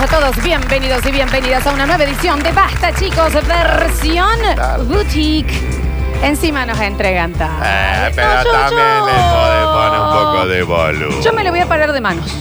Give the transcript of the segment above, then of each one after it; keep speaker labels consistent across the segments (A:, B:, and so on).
A: a todos, bienvenidos y bienvenidas a una nueva edición de Basta, chicos, versión
B: Claro.
A: boutique. Encima nos entregan tal.
B: Eh, pero
A: No, yo-
B: también
A: yo-
B: le podés poner un poco de boludo.
A: Yo me lo voy a parar de manos.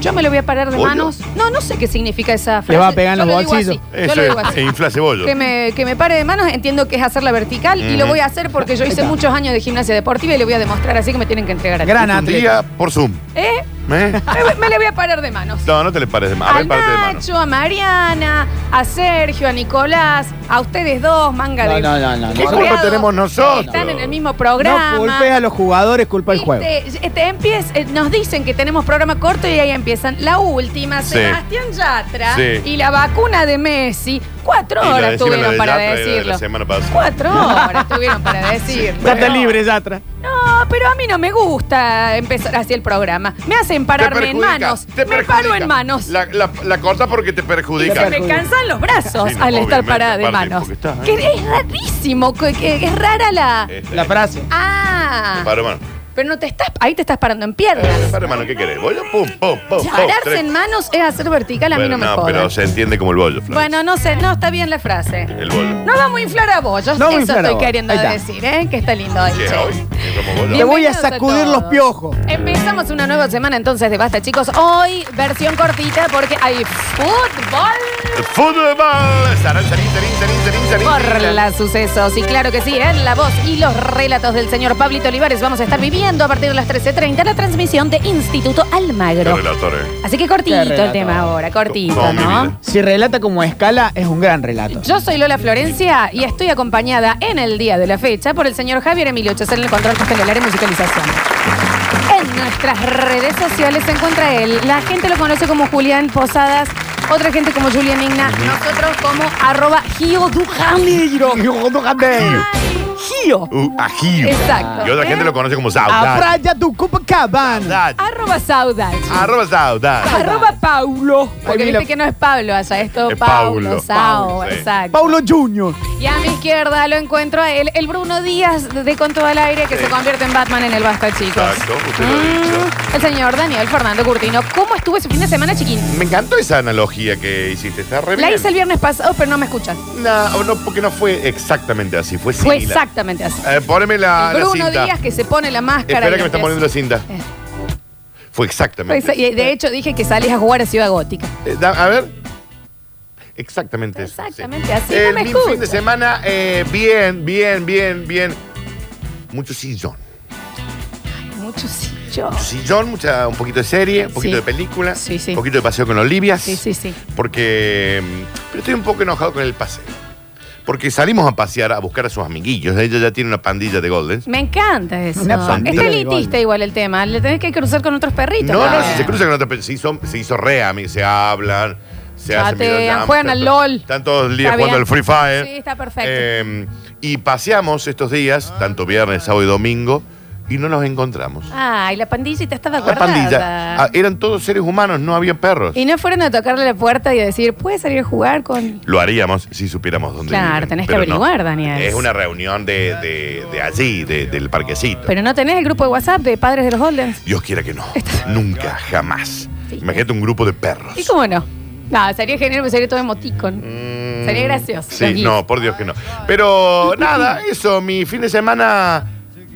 A: Yo me lo voy a parar de
B: ¿Bollo?
A: manos. No, no sé qué significa esa frase.
C: va a pegar en
A: Yo
C: los
A: lo digo
C: bolsillos.
A: así, Yo lo digo
B: Eso es,
A: así.
B: infla cebollos.
A: Que me, que me pare de manos, entiendo que es hacerla vertical y lo
B: Ujú.
A: voy a hacer porque yo hice muchos años de gimnasia deportiva y le voy a demostrar así que me tienen que entregar a
C: Gran
B: Un
C: atleta.
B: día por Zoom.
A: ¿Eh?
B: ¿Eh?
A: Me, me le voy a parar de manos.
B: No, no te le pares de mano. A
A: A
B: ver, parte de mano.
A: Nacho, a Mariana, a Sergio, a Nicolás, a ustedes dos, manga
C: No,
A: de.
C: no, no, no.
B: ¿Qué
A: Cuidado,
B: culpa tenemos nosotros?
A: Están en el mismo
C: No
A: programa.
C: culpes a los jugadores, culpa el juego.
A: Este, este, empieza- eh, nos dicen que tenemos programa corto y ahí empiezan la última,
B: Sí.
A: Sebastián Yatra
B: Sí.
A: y la vacuna de Messi. Cuatro
B: Y lo
A: horas
B: decimos, lo
A: tuvieron
B: de
A: para
B: Yatra era de
A: decirlo.
B: La semana pasada.
A: Cuatro horas tuvieron para decirlo.
C: Ya está libre, Yatra.
A: No, pero a mí no me gusta empezar así el programa. Me hacen pararme en
B: perjudica,
A: manos.
B: te
A: Me
B: perjudica.
A: paro en manos.
B: La, la, la cortas porque te perjudica.
C: Te
A: Se me
C: perjudica.
A: cansan los brazos
B: Sí, no,
A: al estar
B: obviamente,
A: parada de
B: aparte,
A: manos.
B: porque ¿eh? estás ahí.
A: Que es rarísimo, que, que es rara la.
B: Este,
C: La frase.
A: Ah,
B: Paro mano.
A: pero no te estás, ahí te estás parando en
B: Eh,
A: piernas.
B: Paro mano, ¿qué querés? Bollo, pum, pum, pum. pum,
A: Pararse
B: tres.
A: en manos es hacer vertical, a mí
B: Bueno,
A: no me
B: no,
A: jodan.
B: pero se entiende como el bollo, Flor.
A: Bueno, no sé, no está bien la frase.
B: El bollo.
A: No vamos a inflar a bollos,
C: No vamos a
A: eso
C: inflar a
A: estoy
C: bollos.
A: queriendo
C: Ahí está.
A: decir, ¿eh? Que está lindo hoy.
B: ¿Qué
A: che.
B: es hoy? ¿Qué es como
C: Te
B: bollo?
C: voy a
A: Bienvenidos a
C: sacudir
A: todos.
C: los piojos.
A: Empezamos una nueva semana entonces de Basta, chicos. Hoy versión cortita porque hay fútbol
B: El Fútbol. Sarán, sarín, sarín, sarín, sarín, sarín,
A: por
B: sarín.
A: los sucesos. Y claro que sí, en la voz y los relatos del señor Pablito Olivares vamos a estar viviendo a partir de las 13.30 la transmisión de Instituto
B: Los
A: Almagro.
B: relatores.
A: Así que cortito
C: Qué relato.
A: el tema ahora, cortito,
B: Como mi vida.
A: ¿no?
C: Si relata como escala, es un gran relato.
A: Yo soy Lola Florencia y estoy acompañada en el día de la fecha por el señor Javier Emilio Chesel en el control general y musicalización. En nuestras redes sociales se encuentra él. La gente lo conoce como Julián Posadas, otra gente como Julián Igna, nosotros como arroba Gio Duhamiro. Gio.
B: Uh, ají.
A: Exacto.
B: Y otra gente lo conoce como saudade.
C: Afraya tu Copacabana.
B: Saudade.
A: Arroba Saudade.
B: Arroba Ah, saudade.
A: Arroba Paulo. Porque
C: Ahí vi la-
A: viste que no es Pablo allá, es todo
B: Es
A: Paulo.
B: Paulo,
A: Sao,
B: Paulo, sí.
A: exacto.
C: Paulo Junior.
A: Y a mi izquierda lo encuentro a él, el Bruno Díaz de Con todo al aire, que
B: Sí.
A: se convierte en Batman en el Basta, chicos.
B: Exacto, usted lo ha dicho.
A: Mm, El señor Daniel Fernando Curtino. ¿Cómo estuvo ese fin de semana, chiquín?
B: Me encantó esa analogía que hiciste. Está re
A: La
B: bien.
A: hice el viernes pasado, pero no me escuchan.
B: No, no, porque no fue exactamente así. Fue
A: Fue
B: similar.
A: exactamente así.
B: Eh, poneme la,
A: El
B: la
A: Bruno
B: cinta.
A: Díaz que se pone la máscara.
B: Espera
A: y
B: que me está
A: empieza.
B: poniendo la cinta.
A: Eh.
B: Fue
A: Fue
B: exactamente.
A: esa- Y de hecho dije que salís a jugar a Ciudad Gótica.
B: Eh, da- a ver. Exactamente eso,
A: Exactamente
B: sí.
A: así, no
B: El
A: me
B: mi
A: escucha.
B: fin de semana, eh, bien, bien, bien, bien. Mucho sillón.
A: Mucho sillo.
B: Mucho sillón, mucha, un poquito de serie, un poquito
A: Sí.
B: de película,
A: Sí, sí.
B: un poquito de paseo con Olivias.
A: Sí, sí, sí.
B: Porque. mm, Pero estoy un poco enojado con el paseo. Porque salimos a pasear a buscar a sus amiguillos. Ella ya tiene una pandilla de Goldens.
A: Me encanta eso.
C: Una
A: Es
C: pandilla de
A: elitista
C: gol.
A: igual el tema. Le tenés que cruzar con otros perritos.
B: No, no,
A: también.
B: si se cruzan con otra pe- se hizo, se hizo re a mí, se hablan, se
A: Chatean,
B: hacen videollamadas,
A: juegan al
B: pero-
A: LOL.
B: Están todos el
A: Está
B: día jugando
A: bien.
B: al Free Fire.
A: Sí, está perfecto.
B: Eh, y paseamos estos días, tanto viernes, sábado y domingo, y no nos encontramos.
A: Ay, la pandillita estaba
B: La
A: guardada.
B: pandilla. ah, eran todos seres humanos, no había perros.
A: Y no fueron a tocarle la puerta y a decir, ¿puedes salir a jugar con...?
B: Lo haríamos si supiéramos dónde
A: Claro,
B: viven,
A: tenés que
B: pero no.
A: averiguar, Daniel.
B: Es una reunión de, de- de allí, de- del parquecito.
A: Pero no tenés el grupo de WhatsApp de Padres de los Goldens.
B: Dios quiera que no. Nunca, jamás. Imagínate un grupo de perros.
A: ¿Y cómo no? No, sería genial, porque sería todo emoticon.
B: Mm,
A: Sería gracioso. Los
B: Sí,
A: GIFs.
B: no, por Dios que no. Pero nada, eso, mi fin de semana,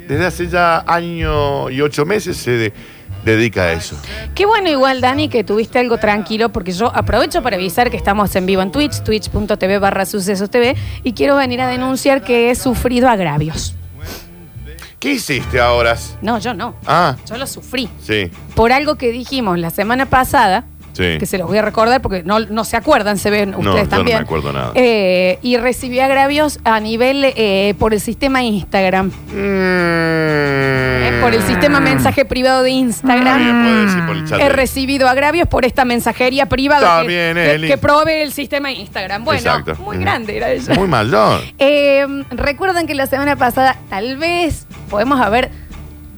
B: desde hace ya año y ocho meses, se de- dedica a eso.
A: Qué bueno igual, Dani, que tuviste algo tranquilo, porque yo aprovecho para avisar que estamos en vivo en Twitch, twitch.tv barra sucesos TV, y quiero venir a denunciar que he sufrido agravios.
B: ¿Qué hiciste ahora?
A: No, yo no.
B: Ah,
A: Yo lo sufrí.
B: sí,
A: Por algo que dijimos la semana pasada,
B: sí.
A: que se los voy a recordar porque no, no se acuerdan, se ven ustedes
B: yo no
A: también.
B: me acuerdo nada.
A: Eh, y recibí agravios a nivel eh, por el sistema Instagram, eh,
B: Mm.
A: por el sistema mensaje privado de Instagram.
B: Bien, puedo decir por el chat.
A: He recibido agravios por esta mensajería privada
B: Está
A: que,
B: bien,
A: que-
B: Eli.
A: que provee el sistema Instagram. Bueno,
B: Exacto.
A: muy
B: Mm.
A: grande era ella.
B: Muy mayor.
A: Eh, Recuerdan que la semana pasada tal vez podemos haber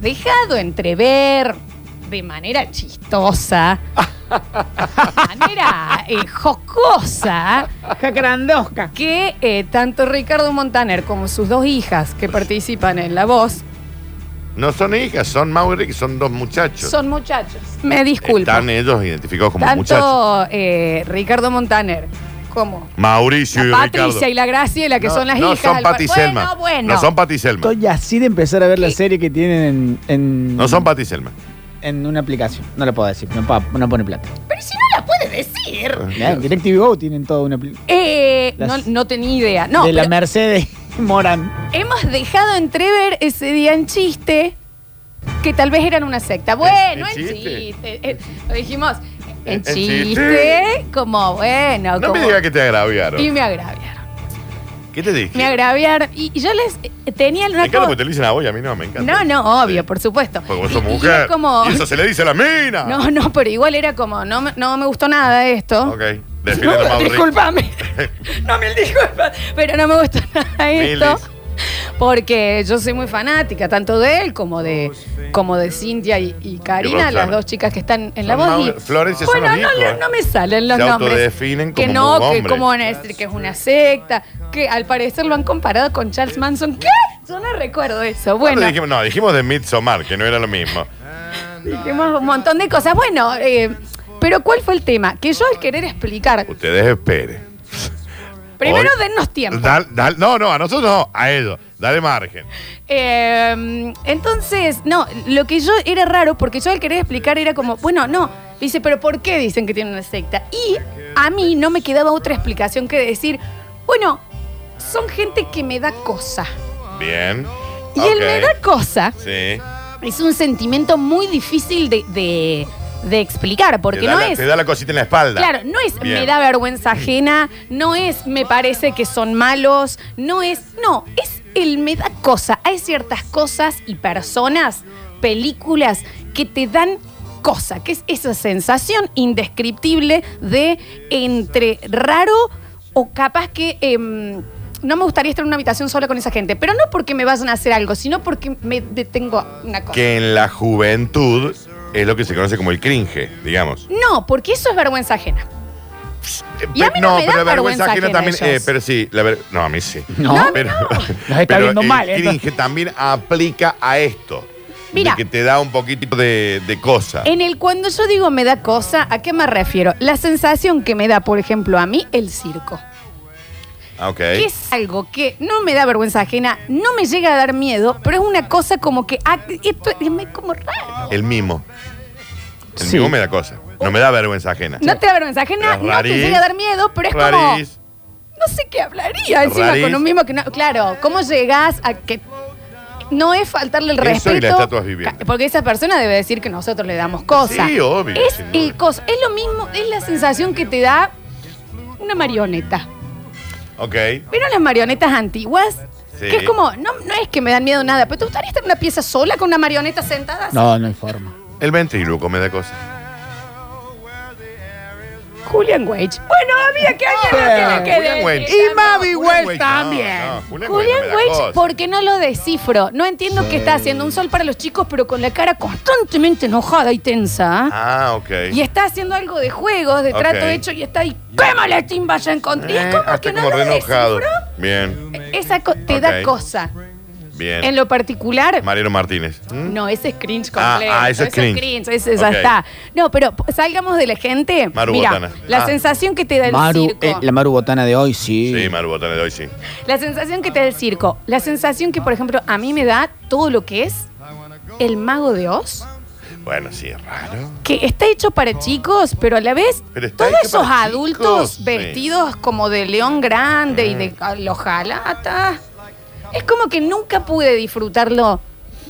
A: dejado entrever de manera chistosa, de manera eh, jocosa,
C: Jacarandosca.
A: que eh, tanto Ricardo Montaner como sus dos hijas que participan en La Voz
B: No son hijas, son Mau y Ricky, son dos muchachos.
A: Son muchachos. Me disculpo.
B: Están ellos identificados como muchachos.
A: Tanto eh, Ricardo Montaner como
B: Mauricio y
A: la Patricia
B: Ricardo.
A: y la Graciela, que
B: no,
A: son las
B: no
A: hijas.
B: Son
A: al
B: Pati y
A: par-
B: Selma.
A: Bueno, bueno.
B: No son Pati y Selma.
C: Estoy así de empezar a ver la
A: Sí.
C: serie que tienen en, en,
B: No son Pati y Selma.
C: en una aplicación. No la puedo decir, no, pa- no pone plata.
A: Pero si no la puede decir.
C: Mirá, en DirecTV Go tienen toda una aplicación.
A: Eh,
C: Las-
A: no, no tenía idea. No,
C: de la
A: pero
C: Mercedes Morán.
A: hemos dejado entrever ese día en chiste que tal vez eran una secta. Bueno,
B: en
A: en chiste.
B: chiste.
A: eh, lo dijimos. En
B: En
A: chiste,
B: chiste.
A: como bueno.
B: No
A: como-
B: me digas que te agraviaron.
A: Y me agraviaron.
B: ¿Qué te dije?
A: Me agraviaron. Y y yo les eh, tenía
B: Me
A: una
B: encanta
A: co-
B: porque te lo dicen a vos y a mí no, me encanta.
A: No, no, obvio,
B: Sí.
A: por supuesto.
B: Porque vos
A: Y-
B: sos
A: y yo
B: mujer. Y,
A: como-
B: eso se le dice a la mina.
A: No, no, pero igual era como, no, me- no me gustó nada esto.
B: Ok. Define a Mauricio.
A: disculpame. no, mil disculpas. Pero no me gustó nada
B: Mil Ah,
A: esto.
B: dis-
A: Porque yo soy muy fanática, tanto de él como de, como de Cintia y, y
B: Y
A: Karina,
B: Roxana.
A: las dos chicas que están en la
B: Son
A: voz.
B: Mau-
A: y-
B: Florencia son
A: bueno,
B: los
A: no,
B: hijos.
A: le- no me salen los
B: Se
A: nombres.
B: autodefinen
A: que
B: como
A: no, que
B: hombres.
A: como van a decir que es una secta, que al parecer lo han comparado con Charles Manson. ¿Qué? Yo no recuerdo eso. Bueno,
B: No, dijimos, no, dijimos de Midsommar, que no era lo mismo.
A: Dijimos un montón de cosas. Bueno, eh, pero ¿cuál fue el tema? Que yo al querer explicar,
B: Ustedes esperen.
A: primero
B: Hoy-
A: dennos tiempo.
B: Dal- dal- no, no, a nosotros no, a ellos. Dale margen.
A: Eh, entonces, no, lo que yo era raro, porque yo al querer explicar era como, bueno, no, dice, pero ¿por qué dicen que tienen una secta? Y a mí no me quedaba otra explicación que decir, bueno, son gente que me da cosa.
B: Bien.
A: Y
B: él
A: el me da cosa
B: Sí.
A: es un sentimiento muy difícil de, de- de explicar, porque
B: te da
A: no
B: la,
A: es...
B: Te da la cosita en la espalda.
A: Claro, no es
B: Bien.
A: me da vergüenza ajena, no es me parece que son malos, no es. No, es el me da cosa. Hay ciertas cosas y personas, películas que te dan cosa, que es esa sensación indescriptible de entre raro o capaz que. em, no me gustaría estar en una habitación sola con esa gente, pero no porque me vayan a hacer algo, sino porque me detengo una cosa.
B: Que en la juventud es lo que se conoce como el cringe, digamos.
A: No, porque eso es vergüenza ajena.
B: Eh,
A: Y a
B: pe-
A: mí no me da vergüenza ajena
B: también.
A: ellos.
B: eh, pero sí, la ver- no, a mí sí.
C: No. No,
B: pero,
C: Los está viendo
B: el
C: mal, ¿eh?
B: cringe también aplica a esto.
A: Mira. Eh,
B: De que te da un poquitito de, de cosa.
A: En el cuando yo digo me da cosa, ¿a qué me refiero? La sensación que me da, por ejemplo, a mí el circo.
B: Ah, ok.
A: Que es algo que no me da vergüenza ajena, no me llega a dar miedo, pero es una cosa como que. ah, esto es me- como raro.
B: El mimo. El
C: Sí.
B: mimo me da cosa. No me da vergüenza ajena.
A: No te da vergüenza ajena,
B: Pero
A: no te
B: rarís,
A: llega a dar miedo, pero es como.
B: Rarís.
A: No sé qué hablaría encima
B: Rarís.
A: con un mismo que no. Claro, ¿cómo llegás a que.? No es faltarle el
B: Eso y las
A: respeto.
B: estatuas vivientes.
A: ca- Porque esa persona debe decir que nosotros le damos cosas.
B: Sí, obvio,
A: Es,
B: sin duda.
A: el cos- es lo mismo, es la sensación que te da una marioneta.
B: Ok.
A: ¿Vieron las marionetas antiguas?
B: Sí.
A: Que es como, no, no es que me dan miedo nada, pero ¿te gustaría estar en una pieza sola con una marioneta sentada? así?
C: No, no hay forma.
B: El ventríloco me da cosa.
A: Julian Wage. Bueno, había que alguien lo tiene que
B: Julian
A: decir
B: Wage.
A: también.
C: Y Mavi
B: Julian Wage,
C: Wells
B: no,
C: también.
B: no, Julian Wage
A: Julian
B: no me da
A: Wage,
B: cosa.
A: porque no lo descifro. No entiendo qué está haciendo. Un sol para los chicos, pero con la cara constantemente enojada y tensa.
B: Ah, ok.
A: Y está haciendo algo de juegos, de
B: Ok.
A: trato hecho, y está ahí. ¡Quema la Steam vaya a encontrar! Y
B: Eh,
A: es como
B: hasta
A: que no
B: como
A: lo
B: re enojado.
A: descifro.
B: Bien,
A: Esa co- te da
B: Ok.
A: cosa.
B: bien.
A: En lo particular,
B: Mariano Martínez. ¿Mm?
A: No, ese es cringe
B: Ah,
A: completo.
B: ah, ese es
A: Eso
B: cringe.
A: ese ya
B: Ok.
A: está. No, pero p- salgamos de la gente.
B: Maru
A: Mira,
B: Botana.
A: la
B: Ah.
A: sensación que te da el
C: Maru,
A: circo.
C: eh, la Maru Botana de hoy, sí.
B: Sí, Maru Botana de hoy sí.
A: La sensación que te da el circo. La sensación que, por ejemplo, a mí me da todo lo que es el mago de Oz.
B: Bueno, sí, es raro.
A: Que está hecho para chicos, pero a la vez
B: Pero está
A: todos
B: hecho
A: esos
B: para
A: adultos
B: chicos, Mm. sí.
A: vestidos como de león grande y de ah, los jalatas. Es como que nunca pude disfrutarlo.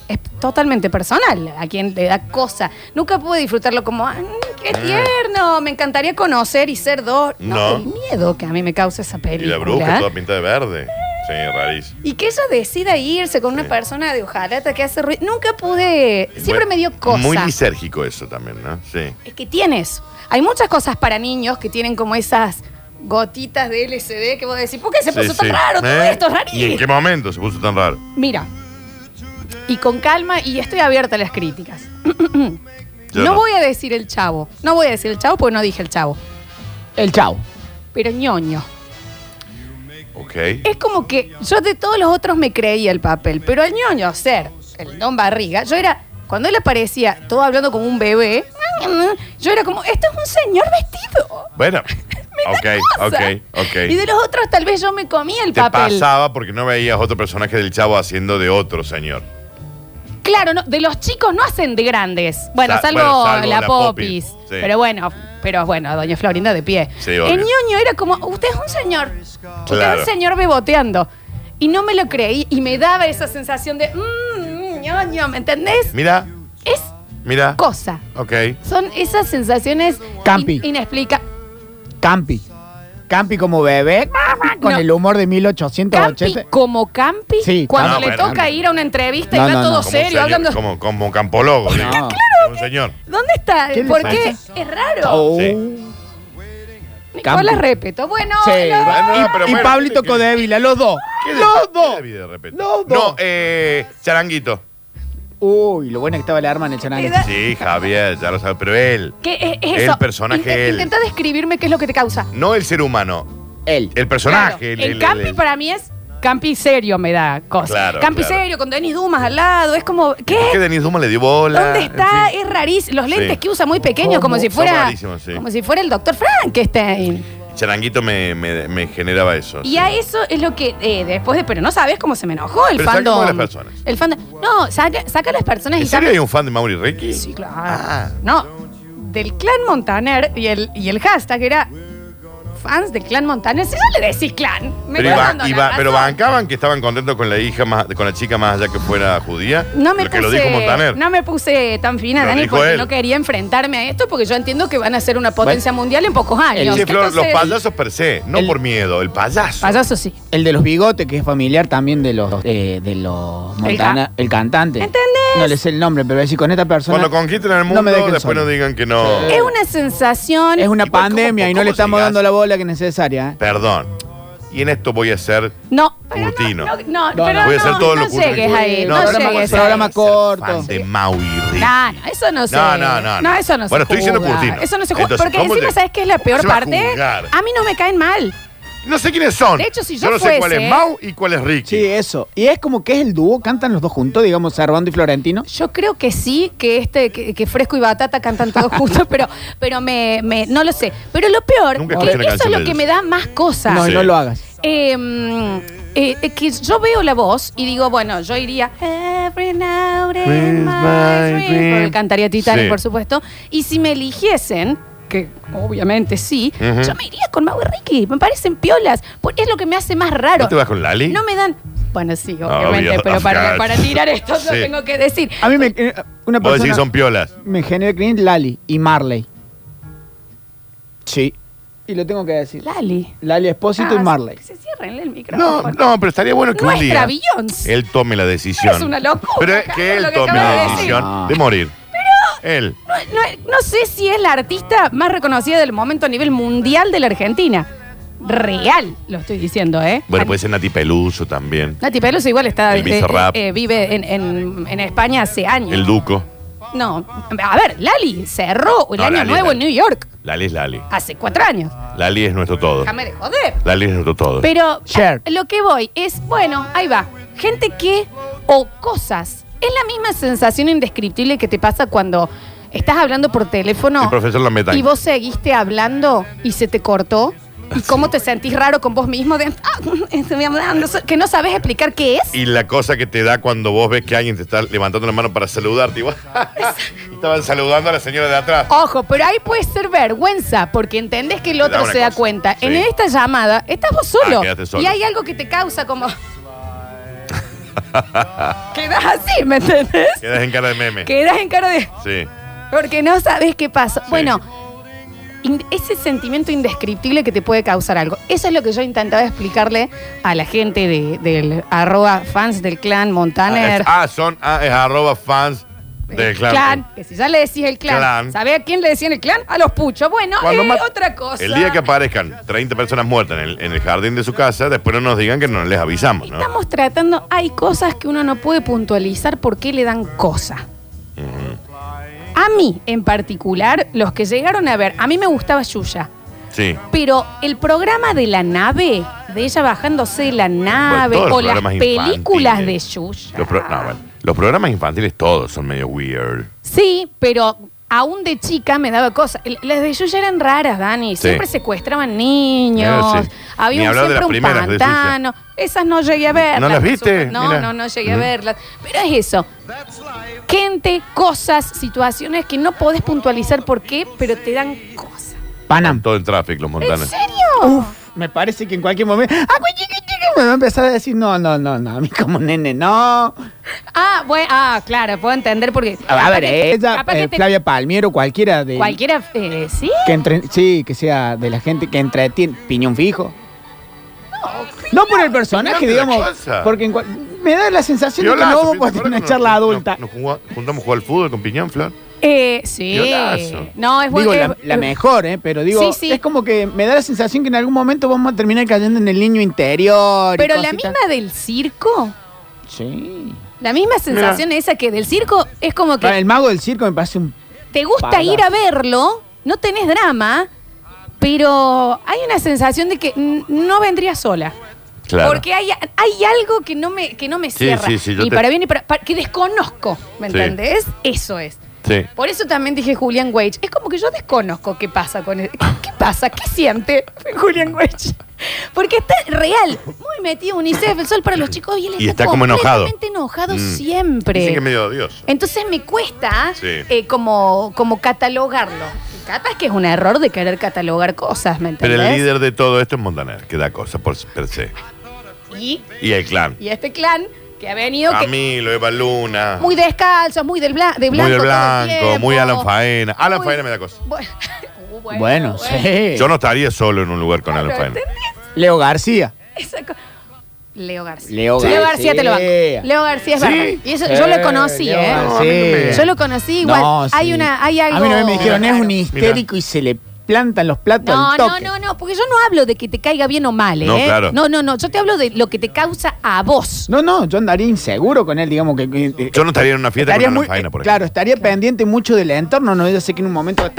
A: Es totalmente personal a quien le da cosa. Nunca pude disfrutarlo como, "Ah, mm,
B: Eh.
A: qué tierno, me encantaría conocer y ser dos. No,
B: No.
A: el miedo que a mí me causa esa
B: Y
A: película.
B: la bruja toda pinta de verde. Sí, rarísimo.
A: Y que ella decida irse con una persona de hojalata que hace ruido. Nunca pude. Siempre
B: Bueno,
A: me dio cosa.
B: Muy lisérgico eso también, ¿no? Sí.
A: es que tienes. Hay muchas cosas para niños que tienen como esas gotitas de LSD que vos decís, ¿por qué se
B: Sí,
A: puso tan
B: sí.
A: raro todo
B: ¿Eh?
A: esto? Es
B: ¿Y en
A: rarísimo.
B: qué momento se puso tan raro?
A: Mira. Y con calma, y estoy abierta a las críticas.
B: Yo
A: no,
B: no.
A: voy a decir el chavo. No voy a decir el chavo porque no dije el chavo.
C: El chau.
A: Pero ñoño.
B: Ok.
A: Es como que yo de todos los otros me creía el papel, pero el ñoño ser el Don Barriga, yo era, cuando él aparecía todo hablando como un bebé, yo era como, esto es un señor vestido.
B: Bueno, ok,
A: Me da
B: ok,
A: cosa.
B: ok.
A: Y de los otros tal vez yo me comía el
B: Te
A: papel.
B: pasaba porque no veías otro personaje del chavo haciendo de otro señor.
A: Claro, no, de los chicos no hacen de grandes. Bueno,
B: Sa-
A: salvo,
B: bueno, salvo
A: la,
B: la
A: Popis.
B: Popis, sí.
A: Pero bueno, pero bueno, doña Florinda de pie.
B: Sí, obvio.
A: el ñoño era como, usted es un señor. Usted es
B: Claro.
A: un señor beboteando. Y no me lo creí y me daba esa sensación de, mmm, ñoño, ¿me entendés?
B: Mira,
A: Es
B: mira.
A: cosa.
B: Ok.
A: Son esas sensaciones
C: Campi.
A: inexplicables.
C: Campi. Campi como bebé, con
A: No.
C: el humor de
A: Campi
C: 1880.
A: como Campi,
C: Sí,
A: cuando
B: Campi.
A: le
B: No, bueno,
A: toca
B: Campi.
A: ir a una entrevista
C: No,
A: y va
C: no,
A: todo
C: no.
B: Como un
A: serio,
B: señor,
A: hablando.
B: Como, como un campólogo. digo.
C: No.
B: Un señor.
A: ¿Dónde está?
C: ¿Qué le
A: ¿Por
C: pasa?
A: qué? Es raro.
C: Oh.
B: Sí.
A: Nicolás
C: Campi.
A: respeto. Bueno,
C: Sí.
A: hola.
B: Bueno,
C: y,
B: Ah, pero
C: y
B: bueno,
C: Pablito
B: ¿qué le-
C: Codevila, los dos.
B: ¿Qué de-
C: Los
B: qué
C: dos.
B: de vida de repente?
C: Los
B: No,
C: dos.
B: eh, charanguito.
C: Uy, lo buena que estaba la arma en el chanal.
A: Edad-
B: Sí, Javier, ya lo sabes, pero él.
A: ¿Qué es es
B: El
A: eso?
B: personaje, él.
A: Intenta describirme qué es lo que te causa.
B: No el ser humano,
C: Él.
B: el
A: Claro,
B: personaje.
A: el, Campi para mí es Campi serio me da cosas.
B: Claro,
A: campi
B: claro.
A: serio con Denis Dumas al lado, es como ¿qué?
B: Que Denis Dumas le dio bola.
A: ¿Dónde está?
B: En fin.
A: Es rarísimo. Los lentes
B: Sí.
A: que usa muy pequeños, como
C: ¿Cómo?
A: si fuera
B: rarísimos, sí.
A: como si fuera el doctor Frankenstein.
B: Charanguito me, me- me generaba eso.
A: Y a eso es lo que eh, después de pero no sabes cómo se me enojó el
B: Pero
A: fandom.
B: saquemos a las personas.
A: El fandom. No, saca, saca a las personas y
B: ¿En
A: saca
B: serio hay un fan de Mauri Ricky?
A: Sí, claro.
B: Ah.
A: No, del clan Montaner y el, y el hashtag era fans del clan Montaner. Si ya le decís clan, me
B: Pero,
A: estás
B: iba-
A: dando la
B: iba-
A: razón.
B: pero bancaban que estaban contentos con la hija más, con la chica más allá que fuera judía.
A: No me, puse,
B: Lo que lo dijo Montaner.
A: no me puse tan fina,
B: Lo
A: Dani,
B: dijo
A: porque
B: él.
A: no quería enfrentarme a esto, porque yo entiendo que van a ser una potencia mundial en pocos años.
B: Che, Flor, los
A: Entonces,
B: payasos per se, no
C: el-
B: por miedo, el payaso.
A: Payaso sí.
C: El de los bigotes, que es familiar también de los eh, de los Montana, el, cantante.
A: ¿Entendés?
C: No le sé el nombre, pero decir con esta persona.
B: Cuando conquisten el
C: No
B: mundo,
C: me dejen
B: después
C: solo.
B: no digan que no.
A: Es una sensación.
C: Es una
B: Igual, ¿cómo-
C: pandemia y no
B: cómo
C: le estamos
B: llegás?
C: dando la bola que es necesaria. ¿eh?
B: Perdón. Y en esto voy a ser.
A: No, pero no,
B: Curtino.
A: no, no,
C: No,
A: pero
C: no.
B: voy a
A: no,
B: hacer todo
A: no
B: lo curso que
A: llegues
B: pueda.
A: ahí,
C: No,
A: no,
C: programa-
A: llegues ahí.
C: programa corto.
B: Fan de Maui Ricky.
A: No, no, eso no se
B: No, no, no,
A: No,
B: no.
A: eso no
B: Bueno,
A: se
B: estoy diciendo
A: juzga.
B: Curtino.
A: Eso no se juzga.
B: Entonces,
A: Porque
B: ¿cómo
A: encima,
B: te-
A: ¿sabes qué es la
B: cómo
A: peor
B: se va a
A: parte?
B: juzgar?
A: A mí no me caen mal.
B: No sé quiénes son.
A: De hecho, si yo
B: no sé cuál
A: fuese-
B: es Mau y cuál es Ricky.
C: Sí, eso. Y es como que es el dúo, cantan los dos juntos, digamos, Servando y Florentino.
A: Yo creo que sí, que este, que, que Fresco y Batata cantan todos juntos, pero, pero me, me- no lo sé. Pero lo peor,
B: Nunca
A: que
B: escuché
A: eso
B: una
A: es
B: canción
A: lo
B: de
A: que
B: ellos.
A: me da más cosas.
C: No,
B: Sí.
C: no lo hagas.
A: Eh, mm, eh, eh, que yo veo la voz y digo, bueno, yo iría Every now and
B: Where's
A: my
B: my
A: dream", porque
B: dream?
A: cantaría Titanic,
B: Sí.
A: por supuesto. Y si me eligiesen, que obviamente sí,
B: Ujú.
A: yo me iría con Mau y Ricky. Me parecen piolas. por- Es lo que me hace más raro.
B: ¿No te vas con Lali?
A: No me dan. Bueno, sí, obviamente,
B: Obvio,
A: pero
B: of
A: para,
B: course.
A: para tirar esto yo
B: Sí.
A: tengo que decir.
C: A mí me. eh, Una
B: Vos decís
C: persona.
B: son piolas.
C: Me genera cringe Lali y Marley. Sí. Y lo tengo que decir.
A: Lali.
C: Lali Espósito y
A: Ah,
C: Marley.
A: Que se cierren el micrófono.
B: No, no, pero estaría bueno que un
A: Nuestra
B: día.
A: Beyoncé.
B: Él tome la decisión.
A: Es una locura,
B: Pero es
A: Javier,
B: que él
A: lo que
B: tome
A: acabas
B: la
A: de
B: decisión
C: decir.
B: de morir. Pero. Él.
A: No, no- no sé si es la artista más reconocida del momento a nivel mundial de la Argentina. Real, lo estoy diciendo, ¿eh?
B: Bueno,
A: An-
B: puede ser Nati Peluso también.
A: Nati Peluso igual está.
B: El Bizarrap.
A: eh, vive en, en- en España hace años.
B: El Duco.
A: No. A ver, Lali cerró el
B: No,
A: año
B: Lali,
A: nuevo
B: Lali.
A: en New York
B: Lali es Lali.
A: hace cuatro años.
B: Lali es nuestro todo.
A: Déjame de joder.
B: Lali es nuestro todo.
A: Pero
C: Share.
A: eh, lo que voy es, bueno, ahí va. Gente que o cosas. Es la misma sensación indescriptible que te pasa cuando estás hablando por teléfono
B: El profesor Lameta.
A: y vos seguiste hablando y se te cortó. ¿Y cómo te sentís raro con vos mismo? De, "Ah, estoy hablando", que no sabes explicar qué es.
B: Y la cosa que te da cuando vos ves que alguien te está levantando la mano para saludarte. Y vos- Estaban saludando a la señora de atrás.
A: Ojo, pero ahí puede ser vergüenza, porque entendés que el
B: Te da
A: otro
B: una
A: se da
B: cosa,
A: cuenta.
B: sí.
A: En esta llamada estás vos solo,
B: Ah, quedaste solo.
A: y hay algo que te causa como... Quedas así, ¿me entendés?
B: Quedas en cara de meme.
A: Quedas en cara de...
B: Sí.
A: Porque no sabes qué pasó.
B: Sí.
A: Bueno, in- ese sentimiento indescriptible que te puede causar algo. Eso es lo que yo intentaba explicarle a la gente de- del arroba fans del clan Montaner.
B: Ah, es- ah, son ah, es arroba fans
A: El
B: del clan.
A: Que si ya le decís el clan,
B: Clan.
A: ¿sabés a quién le decían el clan? A los puchos. Bueno,
B: Cuando
A: eh,
B: mat-
A: otra cosa.
B: El día que aparezcan 30 personas muertas en el, en el jardín de su casa, después no nos digan que no les avisamos, ¿no?
A: Estamos tratando, hay cosas que uno no puede puntualizar por qué le dan cosa. A mí, en particular, los que llegaron a ver, a mí me gustaba Yuya.
B: Sí.
A: Pero el programa de la nave, de ella bajándose de la
B: Bueno,
A: nave,
B: todos los
A: o las
B: programas
A: películas de
B: infantiles.
A: Yuya.
B: Los pro- no, bueno. Los programas infantiles todos son medio weird.
A: Sí, pero aún de chica me daba cosas. L- Las de Yuya eran raras, Dani.
B: Sí.
A: Siempre secuestraban niños.
B: Ah, sí. Ni
A: Había un,
B: hablar de
A: siempre
B: las
A: un
B: primeras de Yuya.
A: pantano. Esas no llegué a verlas.
B: ¿No las
A: por
B: viste?
A: supuesto. No,
B: Mira.
A: no, no llegué a
B: Ujú.
A: verlas. Pero es eso. Gente, cosas, situaciones que no podés puntualizar por qué, pero te dan cosas.
C: Panam.
B: Todo el tráfico, los
A: ¿En
B: montanos.
A: serio?
C: Me parece que en cualquier momento. ¡Ah, güey, chiqui, chiqui! Me va a empezar a decir, no, no, no, no, a mí como nene, no.
A: Ah, bueno, ah, claro, puedo entender porque.
C: A,
A: capaz
C: ver,
A: que-
C: ella,
A: capaz que
C: eh,
A: te-
C: Flavia Palmiero, cualquiera de.
A: Cualquiera, eh, sí.
C: Que entre, sí, que sea de la gente que entretiene. Piñón fijo. No por el personaje,
B: Fíjate la
C: digamos.
B: cosa.
C: Porque en cual- me da la sensación de que
B: Violazo,
C: no
B: ¿viste?
C: vamos a
B: ¿Te acuerdas
C: tener una
B: cuando
C: charla
B: nos-
C: adulta.
B: nos- Nos, jugá- juntamos a jugar al fútbol con Piñón, Flor.
A: Eh, sí.
B: Violazo.
A: No, es bueno.
C: Digo, la,
A: es-
C: la mejor, ¿eh? Pero digo,
A: Sí, sí.
C: es como que me da la sensación que en algún momento vamos a terminar cayendo en el niño interior. y
A: Pero la
C: cositas.
A: misma del circo.
C: Sí.
A: La misma sensación esa que del circo es como
C: Para
A: que
C: el mago del circo me parece un.
A: te gusta
C: para.
A: ir a verlo, no tenés drama, pero hay una sensación de que n- no vendría sola.
B: Claro.
A: Porque hay, hay algo que no me, que no me
B: Sí,
A: cierra.
B: sí, sí, yo
A: y
B: te-
A: para bien y para, para- que desconozco, ¿me
B: Sí.
A: entendés? Eso es.
B: Sí.
A: Por eso también dije Julian Wage. Es como que yo desconozco qué pasa con él. ¿Qué, qué pasa? ¿Qué siente Julian Wage? Porque está real, muy metido UNICEF, el sol para los chicos y él está,
B: Y está como enojado.
A: completamente enojado
B: Mm.
A: siempre.
B: Dicen que es medio odioso.
A: Entonces me cuesta
B: Sí.
A: eh, como, como catalogarlo. Capaz que es un error de querer catalogar cosas, ¿me
B: Pero
A: entendés?
B: el líder de todo esto es Montaner, que da cosas por per se.
A: Y,
B: Y el clan.
A: y este clan que ha venido que-
B: Camilo, Eva Luna.
A: muy descalzo, muy del bla- de blanco.
B: Muy del
A: todo el
B: blanco,
A: tiempo.
B: muy Alan Faena. Alan
A: Muy-
B: Faena me da cosas.
A: Bu- Uh,
C: Bueno,
A: bueno,
C: sí.
B: Yo no estaría solo en un lugar con Alan
A: Claro,
B: Faena.
A: ¿entendés?
C: Leo García.
A: Esa co- Leo García. Leo
C: Leo García.
A: García te lo banco. Leo García es
B: Sí.
A: verdad. Y eso, yo lo conocí,
C: Leo
A: ¿eh?
B: No,
C: García.
B: a mí no me-
A: Yo lo conocí igual.
C: No, sí.
A: Hay una, hay algo.
C: A mí no me dijeron, es un
A: raro.
C: histérico y se le plantan los platos
A: No,
C: al
A: no,
C: toque.
A: no, no, porque yo no hablo de que te caiga bien o mal, ¿eh?
B: No, claro.
A: no, no, no, yo te hablo de lo que te causa a vos.
C: No, no, yo andaría inseguro con él, digamos que... eh, que-
B: Yo no estaría en una fiesta
C: estaría
B: Este con
C: muy, eh,
B: Alan Faena, por
C: Claro,
B: ejemplo.
C: estaría pendiente mucho del entorno, no, yo sé que en un momento...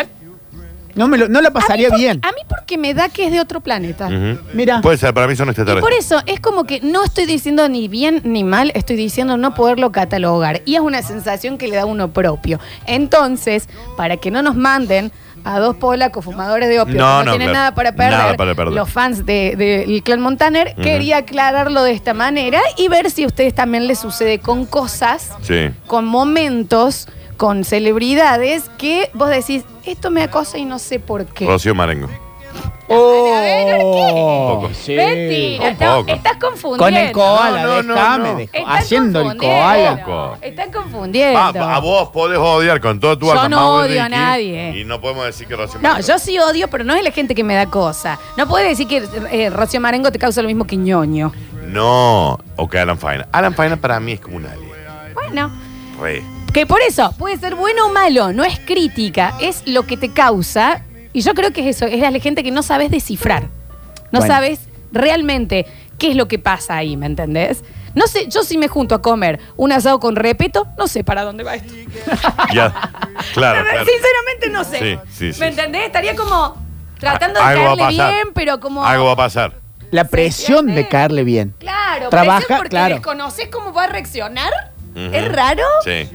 C: No, me lo- no la pasaría
A: a mí por-
C: bien.
A: A mí porque me da que es de otro planeta.
B: Ujú.
C: Mira,
B: Puede ser, para mí son este
A: Y por
B: extraterrestres.
A: eso es como que no estoy diciendo ni bien ni mal, estoy diciendo no poderlo catalogar. Y es una sensación que le da uno propio. Entonces, para que no nos manden a dos polacos fumadores de opio que
B: No,
A: no,
B: no,
A: tienen
B: claro.
A: nada para perder,
B: Nada para perder.
A: los fans del de, del Clan Montaner,
B: Ujú.
A: quería aclararlo de esta manera y ver si a ustedes también les sucede con cosas,
B: Sí.
A: con momentos, con celebridades que vos decís, esto me acosa y no sé por qué.
B: Rocío Marengo.
A: Oh,
B: Un poco.
C: sí.
A: Mentira,
B: Un
A: no,
B: poco.
A: estás confundiendo.
C: Con el koala,
B: No, no, no,
C: déjame,
B: no.
C: dejo-
A: Están
C: haciendo el koala.
A: confundiendo.
B: koala.
A: Están confundiendo.
B: Va, va, Ah, a vos podés odiar con todo tu
A: Yo
B: alma.
A: no
B: Mau y
A: odio a
B: Ricky,
A: nadie.
B: Y no podemos decir que Rocío
A: No,
B: Marengo-
A: yo sí odio, pero no es la gente que me da cosa. No puedes decir que eh, Rocío Marengo te causa lo mismo que ñoño.
B: No, o que Alan Faena. Alan Faena para mí es como un alien.
A: Bueno,
B: Re.
A: que por eso puede ser bueno o malo, no es crítica, es lo que te causa. Y yo creo que es eso, es la gente que no sabes descifrar. No
C: Bueno.
A: sabes realmente qué es lo que pasa ahí, ¿me entendés? No sé, yo si me junto a comer un asado con repeto, no sé para dónde va esto.
B: Ya. Claro, claro.
A: Sinceramente no sé.
B: Sí, sí, sí, sí.
A: ¿Me entendés? Estaría como tratando de
B: Algo va a
A: caerle
B: pasar.
A: bien, pero como.
B: Algo va a pasar.
C: La presión
A: sí,
C: de
A: sí.
C: caerle bien.
A: eh. Claro,
C: Trabaja,
A: presión porque
C: claro.
A: desconoces cómo va a reaccionar.
B: Ujú.
A: Es raro.
B: Sí.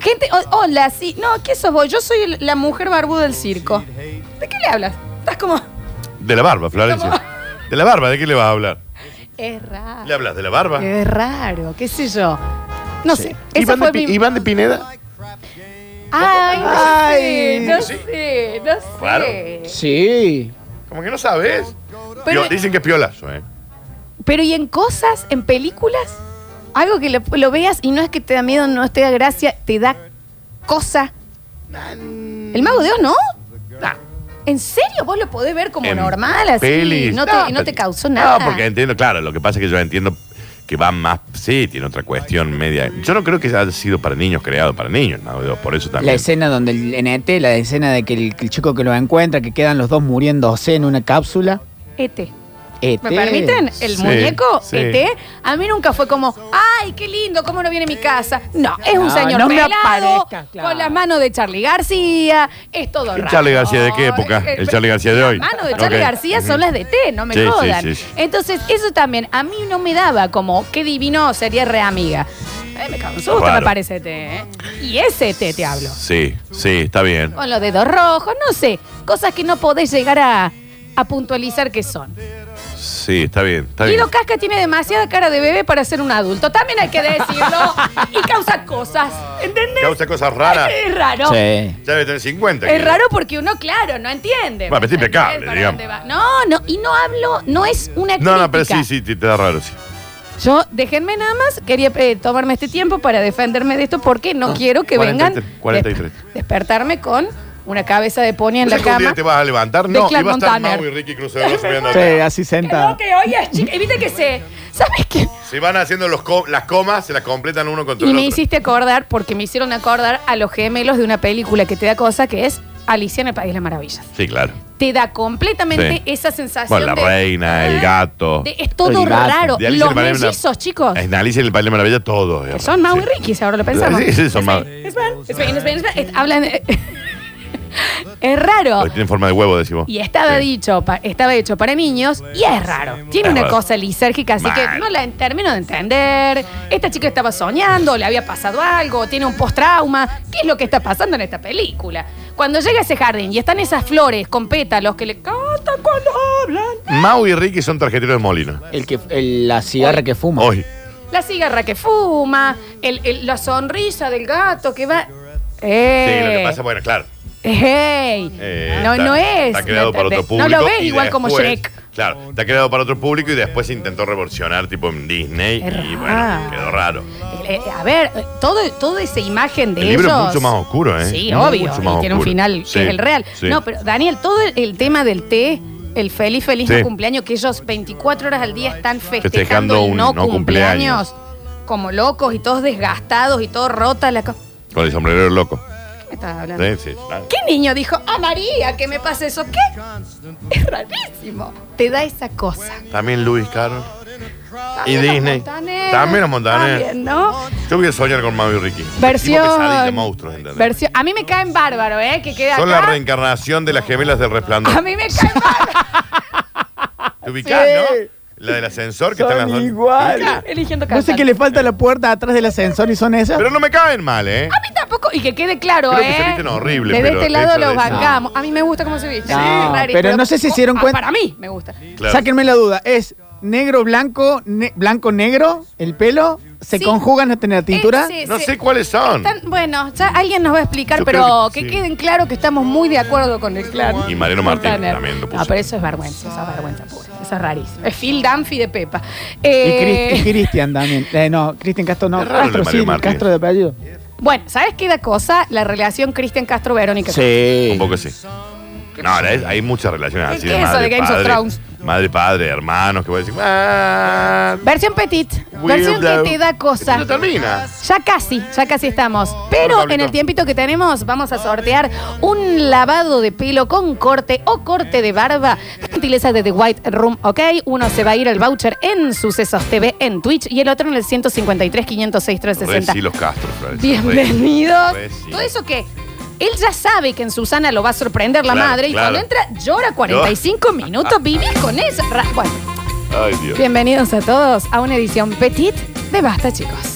A: Gente, ho- hola, sí. No, ¿qué sos vos? Yo soy el- la mujer barbuda del circo. ¿De qué le hablas? Estás como.
B: De la barba, Florencia.
A: ¿Cómo? Ah.
B: De la barba, ¿de qué le vas a hablar?
A: Es raro.
B: ¿Le hablas de la barba?
A: Es raro, qué sé yo. Eh, No sé. Esa
B: ¿Iván de,
A: fue
B: Pi-
A: mi.
B: Iván de Pineda?
A: Ay, no sé,
C: Ay.
A: no
B: Sí.
A: sé, no sé.
B: Raro.
C: Sí.
B: Como que no sabes.
A: Pero-
B: Pio- dicen que es piolazo, ¿eh?
A: Pero ¿y en cosas, en películas? Algo que lo, lo veas y no es que te da miedo, no te da gracia, te da cosa. ¿El mago de Dios no? ¿En serio? ¿Vos lo podés ver como
B: En
A: normal así?
B: pelis.
A: No, te, y no te
B: pero-
A: causó nada.
B: No, porque entiendo, claro, lo que pasa es que yo entiendo que va más. Sí, tiene otra cuestión media. Yo no creo que haya sido para niños, creado para niños, ¿no? por eso
C: La
B: también.
C: escena donde el NT, la escena de que el, que el chico que lo encuentra, que quedan los dos muriéndose en una cápsula. E
A: Ete.
C: ET.
A: E ¿Me permiten? El
B: Sí,
A: muñeco,
B: sí.
A: Ete, a mí nunca fue como, ay, qué lindo, cómo no viene a mi casa. No, es un
C: No,
A: señor
C: no me
A: pelado,
C: aparezcas, claro.
A: con las manos de Charlie García, es todo
B: ¿El
A: raro.
B: Charlie García de qué época?
A: Eh,
B: ¿El Charlie García de hoy?
A: Las manos de Charlie
B: Ok.
A: García son
B: Ujú.
A: las de T, no me
B: Sí, sí,
A: jodan.
B: sí, sí.
A: Entonces, eso también, a mí no me daba como, qué divino sería re amiga. Eh, me cago en susto,
B: Claro.
A: me parece té, ¿eh? Y ese té te hablo.
B: Sí, sí, está bien.
A: Con los dedos rojos, no sé. Cosas que no podés llegar a, a puntualizar que son.
B: Sí, está bien, está bien.
A: Guido Casca tiene demasiada cara de bebé para ser un adulto. También hay que decirlo. y causa cosas. ¿Entendés?
B: Causa cosas raras.
A: Es raro.
C: Sí.
B: Ya debe tener 50.
A: Es
B: Guido.
A: raro porque uno, claro, no entiende.
B: Bueno, pero es impecable,
A: ¿Entendés para
B: digamos.
A: dónde va? No, no, y no hablo, no es una crítica.
B: No, no, pero sí, sí, te, te da raro, sí.
A: Yo, déjenme nada más, quería eh, tomarme este tiempo para defenderme de esto porque
B: Ah,
A: no quiero que
B: 43,
A: vengan
B: 43.
A: des- despertarme con una cabeza de pony en la
B: ¿Sabes Pues que un
A: cama.
B: día te vas a levantar?
A: de
B: No, y
A: Clark
B: va a estar
A: Montaner.
B: Mau y Ricky Crucero subiendo
C: Sí,
B: acá.
C: así
A: No,
C: sentado.
A: que hoy es chica. Y viste que se. ¿Sabes qué?
B: Se van haciendo los co- las comas, se las completan uno contra
A: Y
B: el
A: me
B: otro.
A: hiciste acordar, porque me hicieron acordar a los gemelos de una película que te da cosa, que es Alicia en el País de las Maravillas.
B: Sí, claro.
A: Te da completamente
B: Sí.
A: esa sensación.
B: Bueno, la
A: de- Ah,
B: reina, el gato.
A: de- es todo
C: El gato.
A: raro.
B: De Alicia
A: los
B: en el País de la-
A: mellizos, chicos.
B: En Alicia y el País de la Maravilla, todo. es
A: Que
B: raro,
A: son Mau
B: sí.
A: y Ricky, si ahora lo pensamos.
B: Sí, sí, son Mau.
A: Es van, es van, es van, es van. Es- Hablan. de- es raro.
B: Porque tienen forma de huevo, decimos.
A: Y estaba
B: Sí.
A: dicho, pa- estaba hecho para niños y es raro. Tiene
B: Es
A: una
B: raro.
A: cosa lisérgica, así que
B: Mal.
A: no la en- termino de entender. Esta chica estaba soñando, le había pasado algo, tiene un post-trauma. ¿Qué es lo que está pasando en esta película? Cuando llega a ese jardín y están esas flores con pétalos que le cantan cuando hablan.
B: Mau y Ricky son tarjeteros de Molino.
C: El que, el- la cigarra que fuma.
B: Hoy.
A: La cigarra que fuma, el- el- la sonrisa del gato que va.
B: Sí,
A: ¡Eh!
B: lo que pasa, bueno, claro.
A: ¡Ey!
B: Eh,
A: no,
B: está-
A: no es.
B: Está creado
A: ¿me
B: para otro
A: entendés?
B: público.
A: No lo ves
B: y
A: igual como
B: después-
A: Shrek.
B: Claro, está creado para otro público y después se intentó revolucionar tipo en Disney
A: Es
B: y
A: raro.
B: bueno, quedó raro.
A: Eh, eh, A ver, eh, todo, toda esa imagen de
B: El libro es
A: ellos-
B: mucho más oscuro, ¿eh?
A: Sí,
B: Mucho
A: obvio.
B: más
A: y tiene un
B: oscuro.
A: final
B: Sí,
A: que es el real.
B: sí.
A: No, pero Daniel, todo el, el tema del té, el feliz, feliz
B: Sí.
A: no cumpleaños, que ellos 24 horas al día están festejando,
B: Festejando
A: el
B: un
A: no,
B: no
A: cumpleaños, como locos y todos desgastados y todo rota la co-
B: Con el sombrero del loco.
A: ¿Qué me estás hablando?
B: Sí, sí, claro.
A: ¿Qué niño dijo, ah, María, que me pasa eso? ¿Qué? Es rarísimo. Te da esa cosa.
B: También Luis Carlos. Y
A: También los
B: Disney.
A: Montaner.
B: También los Montaner.
A: También, ¿no?
B: Yo voy a soñar con Mau y Ricky. Tipo pesadilla,
A: Versión.
B: monstruos, ¿entendés?
A: versión- A mí me caen bárbaro, ¿eh? Que queda
B: Son la
A: acá. Ah,
B: reencarnación de las gemelas del
A: a
B: resplandor.
A: mí me caen bárbaro.
B: ¿Te ubicás,
C: Sí.
B: no? La del ascensor que
C: Son
B: están las dos.
C: iguales.
B: ¿Te ubicás?
A: Eligiendo
C: No sé
A: cantar.
C: qué le falta a la puerta atrás del ascensor y son esas.
B: Pero no me caen mal, ¿eh?
A: A mí tampoco. Y que quede claro,
B: Creo que
A: ¿eh?
B: se visten horrible,
A: Desde
B: pero
A: este lado
B: eso
A: los
B: de-
A: bancamos. A mí me gusta cómo se visten.
C: No,
A: rari,
C: pero no sé si se dieron
A: Ah,
C: cuenta-
A: Para mí me gusta.
B: Claro.
C: Sáquenme la duda. ¿Es negro, blanco, ne- blanco, negro? ¿El pelo? ¿Se
A: Sí.
C: conjugan hasta en la tintura?
A: Eh, sí,
B: No
A: sí.
B: sé cuáles son.
A: Están- bueno, ya alguien nos va a explicar,
B: Yo
A: pero
B: creo
A: que,
B: que sí.
A: queden claro que estamos muy de acuerdo con el clan.
B: Y Mariano Martínez
A: Montaner.
B: también lo puso.
A: No, pero eso es vergüenza, eso es vergüenza pura. Eso es rarísimo. Es Phil Dunphy de Pepa.
C: Y
A: Eh,
C: Cris- y Cristian también. Eh, no, Cristian Castro no.
B: Es raro lo de
C: Castro sí,
B: Mario Martínez.
C: Castro de apellido.
A: bueno, ¿sabes qué da cosa? La relación Cristian Castro-Verónica.
B: Un
C: Sí.
B: poco sí. No, ahora es- hay muchas relaciones
A: ¿Qué
B: así
A: es
B: de
A: eso de
B: madre,
A: Games of
B: padre,
A: Thrones?
B: madre, padre, hermanos, que voy a decir, "Ah,
A: Versión petit, versión que
B: weirdo".
A: te da cosa.
B: Esto no termina.
A: Ya casi, ya casi estamos. Pero en el tiempito que tenemos vamos a sortear un lavado de pelo con corte o corte de barba. Gentileza de The White Room, ¿ok? Uno se va a ir al voucher en Sucesos TV, en Twitch, y el otro en el 153 506
B: Re
A: 360.
B: sí, los Castro, Florencia, re.
A: Bienvenidos.
B: Re Pues sí.
A: Todo eso que él ya sabe que en Susana lo va a sorprender la
B: Claro,
A: madre y
B: claro.
A: cuando entra llora 45 minutos, vivir con eso. Ra- Bueno,
B: Ay, Dios.
A: bienvenidos a todos a una edición petit de Basta, chicos.